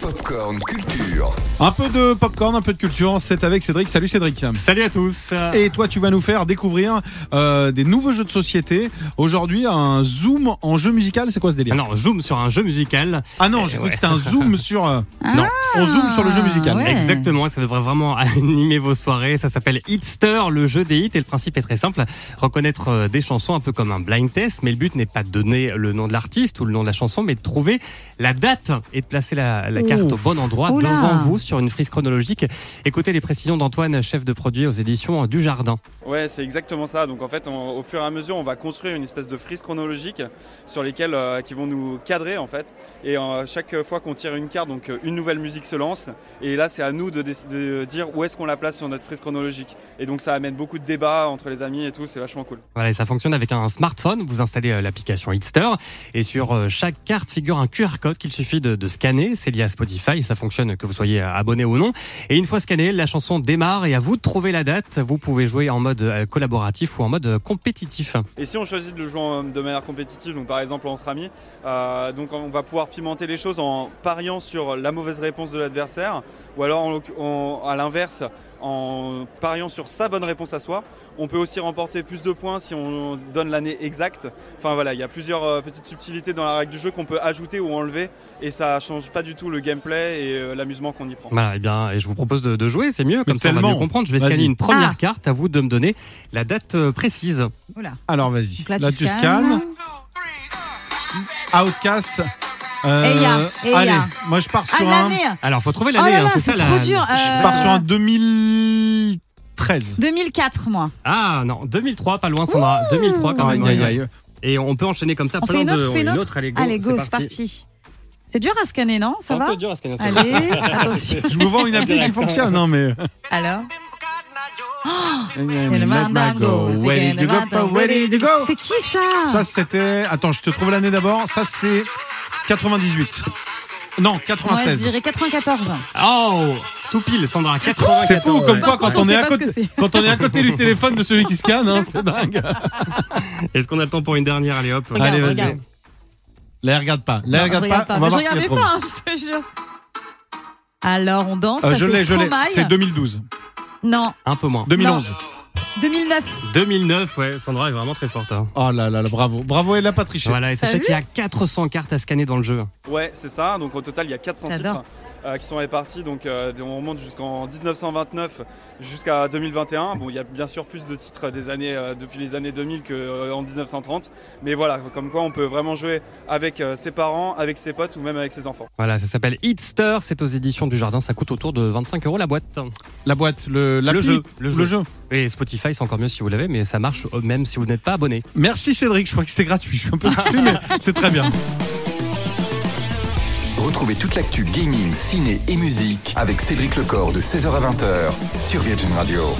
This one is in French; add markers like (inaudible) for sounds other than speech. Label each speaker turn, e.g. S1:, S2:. S1: Popcorn Culture.
S2: Un peu de popcorn, un peu de culture, c'est avec Cédric. Salut Cédric.
S3: Salut à tous.
S2: Et toi, tu vas nous faire découvrir euh, des nouveaux jeux de société. Aujourd'hui, un zoom en jeu musical, c'est quoi ce délire
S4: Ah
S3: Alors, Ah zoom sur un jeu musical.
S2: Ah
S4: eh
S2: non, j'ai
S3: Euh,
S2: cru
S3: ouais.
S2: que c'était un
S4: (laughs)
S2: zoom sur. euh,
S3: Non.
S2: on zoom sur le jeu musical.
S4: Ah ouais.
S3: Exactement, ça devrait vraiment (laughs) animer vos soirées. Ça s'appelle Hitster, le jeu des hits. Et le principe est très simple reconnaître euh, des chansons un peu comme un blind test. Mais le but n'est pas de donner le nom de l'artiste ou le nom de la chanson, mais de trouver la date et de placer la, la carte
S4: Ouf.
S3: au bon endroit
S4: Oula.
S3: devant vous sur une frise chronologique. Écoutez les précisions d'Antoine, chef de produit aux éditions euh, du Jardin.
S5: Ouais, c'est exactement ça. Donc en fait, on- au fur et à mesure, on va construire une espèce de frise chronologique sur lesquelles euh, qui vont nous cadrer en fait. Et euh, chaque fois qu'on tire une carte, donc euh, une nouvelle musique se lance. Et là, c'est à nous de, déc- de dire où est-ce qu'on la place sur notre frise chronologique. Et donc ça amène beaucoup de débats entre les amis et tout. C'est vachement cool.
S3: Voilà, et ça fonctionne avec un smartphone. Vous installez euh, l'application Hitster et sur euh, chaque carte figure un QR code qu'il suffit de, de scanner. C'est lié à Spotify, ça fonctionne que vous soyez euh, abonné ou non. Et une fois scanné, la chanson démarre et à vous de trouver la date. Vous pouvez jouer en mode euh, collaboratif ou en mode euh, compétitif.
S5: Et si on choisit de le jouer en- euh, de manière compétitive, donc par exemple entre amis, euh, donc on va pouvoir pimenter les choses en pariant sur la mauvaise réponse de l'adversaire, ou alors en l'oc- en- à l'inverse, en pariant sur sa bonne réponse à soi. On peut aussi remporter plus de points si on donne l'année exacte. Enfin voilà, il y a plusieurs euh, petites subtilités dans la règle du jeu qu'on peut ajouter ou enlever, et ça change pas du tout le gameplay et euh, l'amusement qu'on y prend.
S3: Voilà, et bien, et je vous propose de, de jouer, c'est mieux, comme ça on va
S2: tellement.
S3: mieux comprendre. Je vais
S2: Vas-y.
S3: scanner une première
S4: Ah.
S3: carte, à vous de me donner la date euh, précise.
S2: Alors vas-y.
S4: Donc là, tu scannes.
S2: Outcast. euh,
S4: Eya, Eya.
S2: Allez, moi je pars
S4: Ah,
S2: sur un.
S4: l'année
S3: Alors, faut trouver
S4: Oh
S3: l'année,
S4: là
S3: hein,
S4: là,
S3: c'est
S4: c'est
S3: ça
S4: trop
S3: la-
S4: dur
S2: Je
S4: euh,
S2: pars sur un 2013.
S4: 2004, moi.
S3: Ah non, 2003, pas loin, Sandra. 2003
S4: Ah,
S3: quand même.
S2: Aïe, aïe, aïe.
S3: Et on peut enchaîner comme ça
S4: On
S3: Ah, plein
S4: fait une
S3: de
S4: autre, on fait une autre
S3: allez go,
S4: Allez, go, c'est parti. C'est dur à scanner, non Ça
S3: un
S4: va
S3: peu dur à scanner, ça va.
S4: Allez, (laughs) attention.
S2: Je vous vends une appli qui fonctionne, non mais.
S4: Alors
S2: Let my
S4: Mandango,
S2: go,
S4: c'est
S2: where
S4: again,
S2: did you go,
S4: Mandango.
S2: where did you go?
S4: C'est qui ça
S2: Ça, c'était. Attends, je te trouve l'année d'abord. Ça, c'est 98. Non,
S4: Moi, je
S2: 96.
S4: dirais 94.
S3: Oh Tout pile, Sandra. 94.
S2: C'est fou, comme quoi,
S4: Par
S2: quand
S4: contre,
S2: on
S4: on
S2: est
S4: sait
S2: à
S4: pas ce que
S2: côté,
S4: c'est.
S2: quand on est à côté du téléphone de celui qui se scanne, hein, c'est dingue.
S3: Est-ce qu'on a le temps pour une dernière Allez hop.
S4: Regarde,
S2: Allez, vas-y.
S4: regarde.
S2: Là, regarde pas. Là,
S4: Non, je
S2: regarde, pas. On va
S4: mais
S2: voir
S4: je
S2: si elle
S4: regardais
S2: trouve.
S4: pas, hein, je te jure. Alors, on danse.
S2: Euh,
S4: ça,
S2: je
S4: c'est
S2: l'ai, je l'ai.
S4: Stromae.
S2: C'est 2012.
S4: Non,
S3: Un peu moins.
S2: 2011.
S4: 2009.
S3: 2009, ouais, Sandra est vraiment très forte. hein.
S2: Oh là là là, bravo. Bravo, elle a pas triché.
S3: Voilà, et
S4: T'as
S3: sachez
S4: vu
S3: qu'il y a 400 cartes à scanner dans le jeu.
S5: Ouais, c'est ça. Donc au total, il y a 400
S4: J'adore.
S5: titres euh, qui sont répartis. Donc euh, on remonte jusqu'en 1929 jusqu'à 2021. Bon, il y a bien sûr plus de titres des années euh, depuis les années 2000 que euh, en 1930. Mais voilà, comme quoi on peut vraiment jouer avec euh, ses parents, avec ses potes ou même avec ses enfants.
S3: Voilà, ça s'appelle Hitster, c'est aux éditions du Jardin, ça coûte autour de 25 euros la boîte.
S2: La boîte, le, l'appli,
S3: Le jeu, le jeu.
S2: jeu.
S3: Et Spotify, c'est encore mieux si vous l'avez, mais ça marche euh, même si vous n'êtes pas abonné.
S2: Merci Cédric, je crois que c'était gratuit. Je suis un peu
S4: (laughs)
S2: déçu, mais c'est très bien.
S1: Retrouvez toute l'actu gaming, ciné et musique avec Cédric Lecor de 16h à 20h sur Virgin Radio.